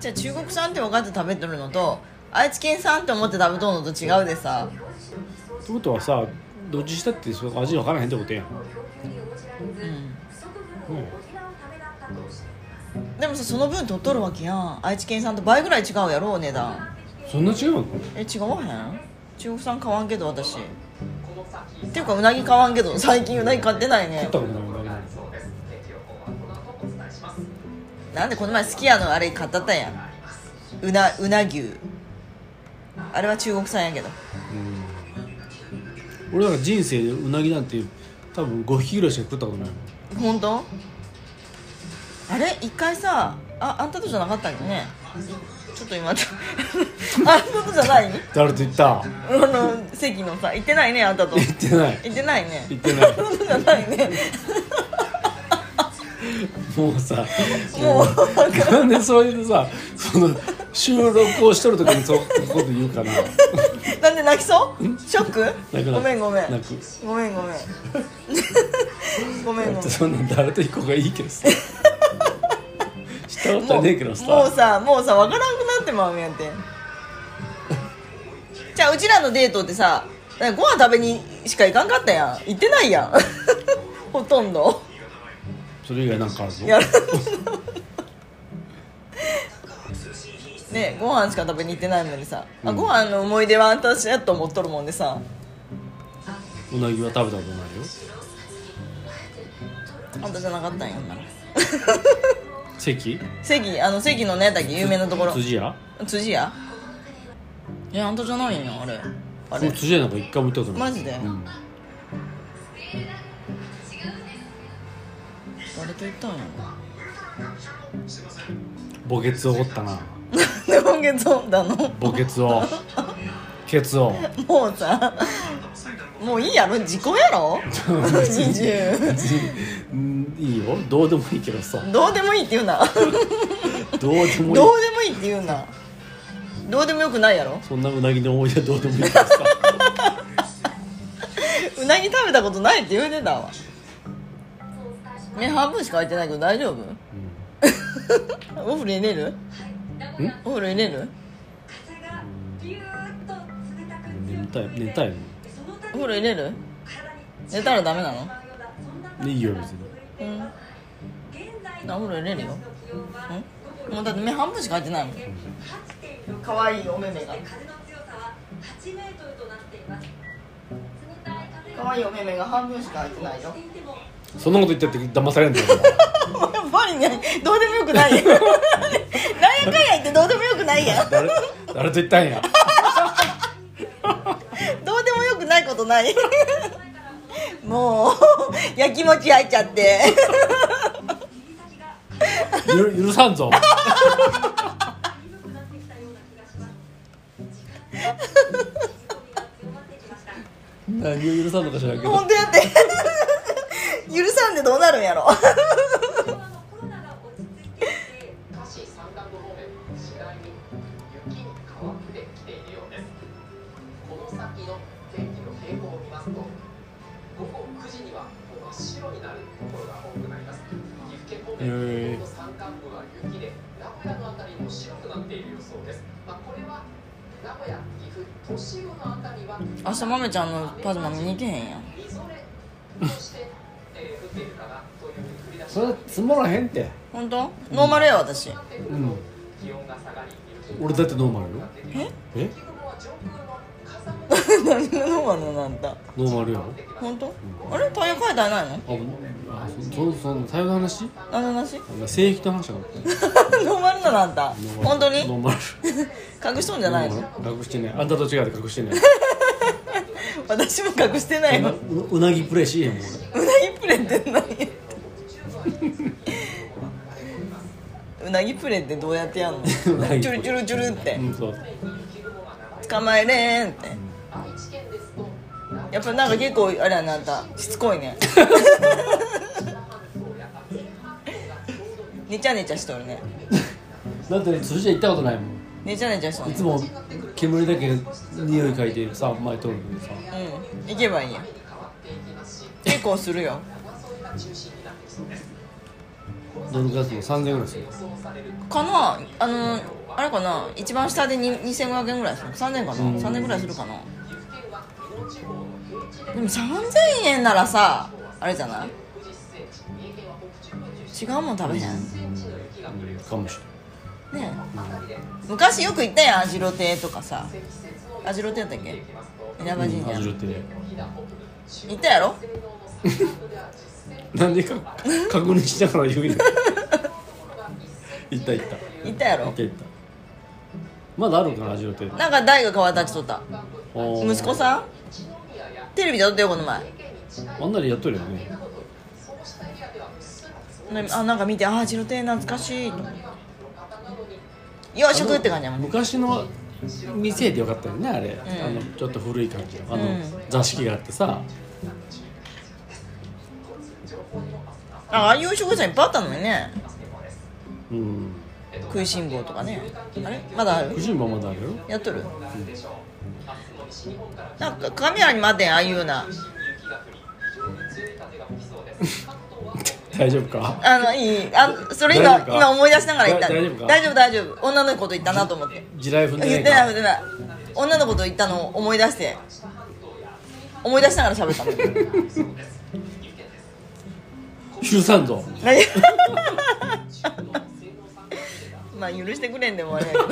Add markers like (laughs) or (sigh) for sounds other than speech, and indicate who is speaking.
Speaker 1: じゃあ中国産って分かって食べとるのと愛知県産って思って食べとるのと違うでさ
Speaker 2: ってことはさどっちしたってその味分からへんってことやん
Speaker 1: でもさその分取っとるわけやん愛知県産と倍ぐらい違うやろお値段
Speaker 2: そんな違うの
Speaker 1: え違わへん中国産買わんけど私っていうかうなぎ買わんけど最近うなぎ買ってない
Speaker 2: 食
Speaker 1: ね
Speaker 2: ったことないわけない
Speaker 1: なんでこの前すき家のあれ買ったったんやうなうな牛あれは中国産やけど
Speaker 2: 俺なんか人生でうなぎなんて多分5匹ぐらいしか食ったことない
Speaker 1: 本当あれ一回さああんたとじゃなかったっけねちょっと今 (laughs) あんたとじゃない
Speaker 2: 誰と言っ
Speaker 1: あ
Speaker 2: た
Speaker 1: の席のさ行ってないねあんたと
Speaker 2: 言ってない
Speaker 1: 行ってないね
Speaker 2: 言ってない
Speaker 1: あんたとじゃないね
Speaker 2: もうさ
Speaker 1: もう
Speaker 2: なんでそういうさその収録をしとる時にそういうこと言うかな
Speaker 1: なんで泣きそうショッ
Speaker 2: 泣
Speaker 1: ク
Speaker 2: くな
Speaker 1: ごめんごめん
Speaker 2: 泣く
Speaker 1: ごめんごめんごめんごめん
Speaker 2: そんなん誰と行こうがいいけどさしたこと
Speaker 1: も
Speaker 2: は
Speaker 1: う
Speaker 2: ねえけど
Speaker 1: もう
Speaker 2: さ
Speaker 1: さもうさ分からんくなってまうんやん
Speaker 2: (laughs)
Speaker 1: てじゃあうちらのデートってさなんかご飯食べにしか行かんかったやん行ってないやん (laughs) ほとんど
Speaker 2: それ以外なんかあるぞ
Speaker 1: やるねご飯しか食べに行ってないのにさ、あ
Speaker 2: うん
Speaker 1: ご飯の思い出は私やと思っとるもんでさ
Speaker 2: うなぎは食べたことないよ
Speaker 1: あんたじゃなかったんやんな
Speaker 2: 関
Speaker 1: 関あの関のねだっけ有名なところ
Speaker 2: 辻屋
Speaker 1: 辻屋えあんたじゃないんやあれあ
Speaker 2: もう
Speaker 1: れ
Speaker 2: 辻屋なんか一回も行ったことない
Speaker 1: マジで
Speaker 2: うん
Speaker 1: 誰と行ったんやろ
Speaker 2: 墓穴を掘ったな
Speaker 1: で今月飲んだの
Speaker 2: 墓穴をケツを
Speaker 1: もうさもういいやろ時効やろ20
Speaker 2: うん (laughs) いいよどうでもいいけどさ
Speaker 1: どうでもいいって言うなどう
Speaker 2: どうで
Speaker 1: で
Speaker 2: も
Speaker 1: もい
Speaker 2: いい
Speaker 1: いって言うなどうでもよくないやろ
Speaker 2: そんなうなぎの思い出はどうでもいいけどさ
Speaker 1: うなぎ食べたことないって言うてたわね半分しか空いてないけど大丈夫、お風呂入れるお風呂入れる
Speaker 2: 眠たい寝たいも
Speaker 1: お風呂入れる寝たらダメなの
Speaker 2: んでいいよ別に
Speaker 1: うんあお風呂入れるようんもうだって目半分しか空いてないもん可愛いお目目が可愛いお目目が半分しか開いてないよ
Speaker 2: (laughs) そんなこと言ってって騙されるんだよ
Speaker 1: やっぱりねどうでもよくないなんやかんや言ってどうでもよくないやん
Speaker 2: 誰誰と言ったんや
Speaker 1: どうでもよくないことないもう焼きもち入っちゃって
Speaker 2: ゆる許さんぞ何を許さんのか知らんけど
Speaker 1: 本当やって許さんでどうなるんやろ
Speaker 3: 菓子三段の方面次第に雪に変わってきているようですこの先の天気の傾向を見ますと午後9時には真っ白になるところが多くなります岐阜県方面
Speaker 2: へー
Speaker 3: の山間部は雪で名古屋のあたりも白くなっている予想ですまあこれは名古屋岐阜都市部のあたりは
Speaker 1: 明日まめちゃんのパジャマ見に行けへんやん
Speaker 3: みぞれとして、えー降っているかなという降り出し
Speaker 2: それは積もらへんって
Speaker 1: 本当ノーマルや私
Speaker 2: うん
Speaker 3: 気温が下がり雪
Speaker 2: 俺だってノーマルよ
Speaker 1: え
Speaker 2: え
Speaker 3: 雪雲は上空の風も
Speaker 1: 何がノーマルなんだ
Speaker 2: ノーマルやろ
Speaker 1: 本当あれタイヤ変えたんないの
Speaker 2: あもうあそそその多様な話
Speaker 1: あの話 (laughs)
Speaker 2: あの性癖の話だから
Speaker 1: ノーマルなのあんた本当に
Speaker 2: ノーマル
Speaker 1: 隠しとんじゃない
Speaker 2: ノ
Speaker 1: の
Speaker 2: ーマル隠してないあんたと違って隠してない
Speaker 1: 私も隠してないの
Speaker 2: (laughs) ううなぎプレイしへんもん俺
Speaker 1: うなぎプレって何うなぎプレってどうやってやんのチ
Speaker 2: うなぎプ
Speaker 1: ュ
Speaker 2: レ
Speaker 1: ルチュルチュルって
Speaker 2: うんそう
Speaker 1: 捕まえれーんってやっぱなんか結構あれやなあんたしつこい
Speaker 2: (laughs)
Speaker 1: ねねちゃねちゃしとるね
Speaker 2: だって辻屋行ったことないもん
Speaker 1: ねちゃねちゃしとる
Speaker 2: い
Speaker 1: ね
Speaker 2: つも煙だけ匂い嗅いでさ前通るのにさ
Speaker 1: うん行けばいいや結構するよ
Speaker 2: ドルガスも3000円ぐらいする
Speaker 1: かなあのあれかな一番下でに2500円ぐらいする3000円かな
Speaker 2: うん
Speaker 1: 3000円ぐらいするかなでも3000円ならさあれじゃない違うもん食べへん
Speaker 2: かもし
Speaker 1: ねえ昔よく行ったやん網代亭とかさ網代亭やったっけ稲葉
Speaker 2: れない
Speaker 1: 神
Speaker 2: うん味
Speaker 1: 社
Speaker 2: わって
Speaker 1: 行ったやろ
Speaker 2: なんでか確認しながら言うねん行った行
Speaker 1: 行
Speaker 2: った
Speaker 1: ったや
Speaker 2: 行っ
Speaker 1: ろ
Speaker 2: た行ったまだあるんかな味わって
Speaker 1: なんか大が川立ちとった息
Speaker 2: 息
Speaker 1: 子さんテレビで撮ったよこの前
Speaker 2: あんなにやっとるよね
Speaker 1: ねあなんか見てああジロテ懐かしいと思ってよ食って感じやもんね
Speaker 2: 昔の店でよかったよねあれ、あのちょっと古い感じのあの座敷があってさ、
Speaker 1: あああいう食材いっぱいあったのにね
Speaker 2: うん、
Speaker 1: 食いしん坊とかねあれまだある
Speaker 2: 9時もまだあるよ
Speaker 1: やっとるなんかカメラに待てんああいうような
Speaker 2: 大丈夫か
Speaker 1: あのいいあそれ今
Speaker 2: 大丈夫か
Speaker 1: 今思い出しながら言った
Speaker 2: だ大丈夫か
Speaker 1: 大丈夫大丈夫女の子と言ったなと思って
Speaker 2: 地雷踏んで
Speaker 1: 言ってない言ってない女の子と言ったのを思い出して思い出しながら喋ったの
Speaker 2: (laughs)
Speaker 1: (laughs)
Speaker 2: 許さんぞ
Speaker 1: 何まあ許してくれんでもあれやけど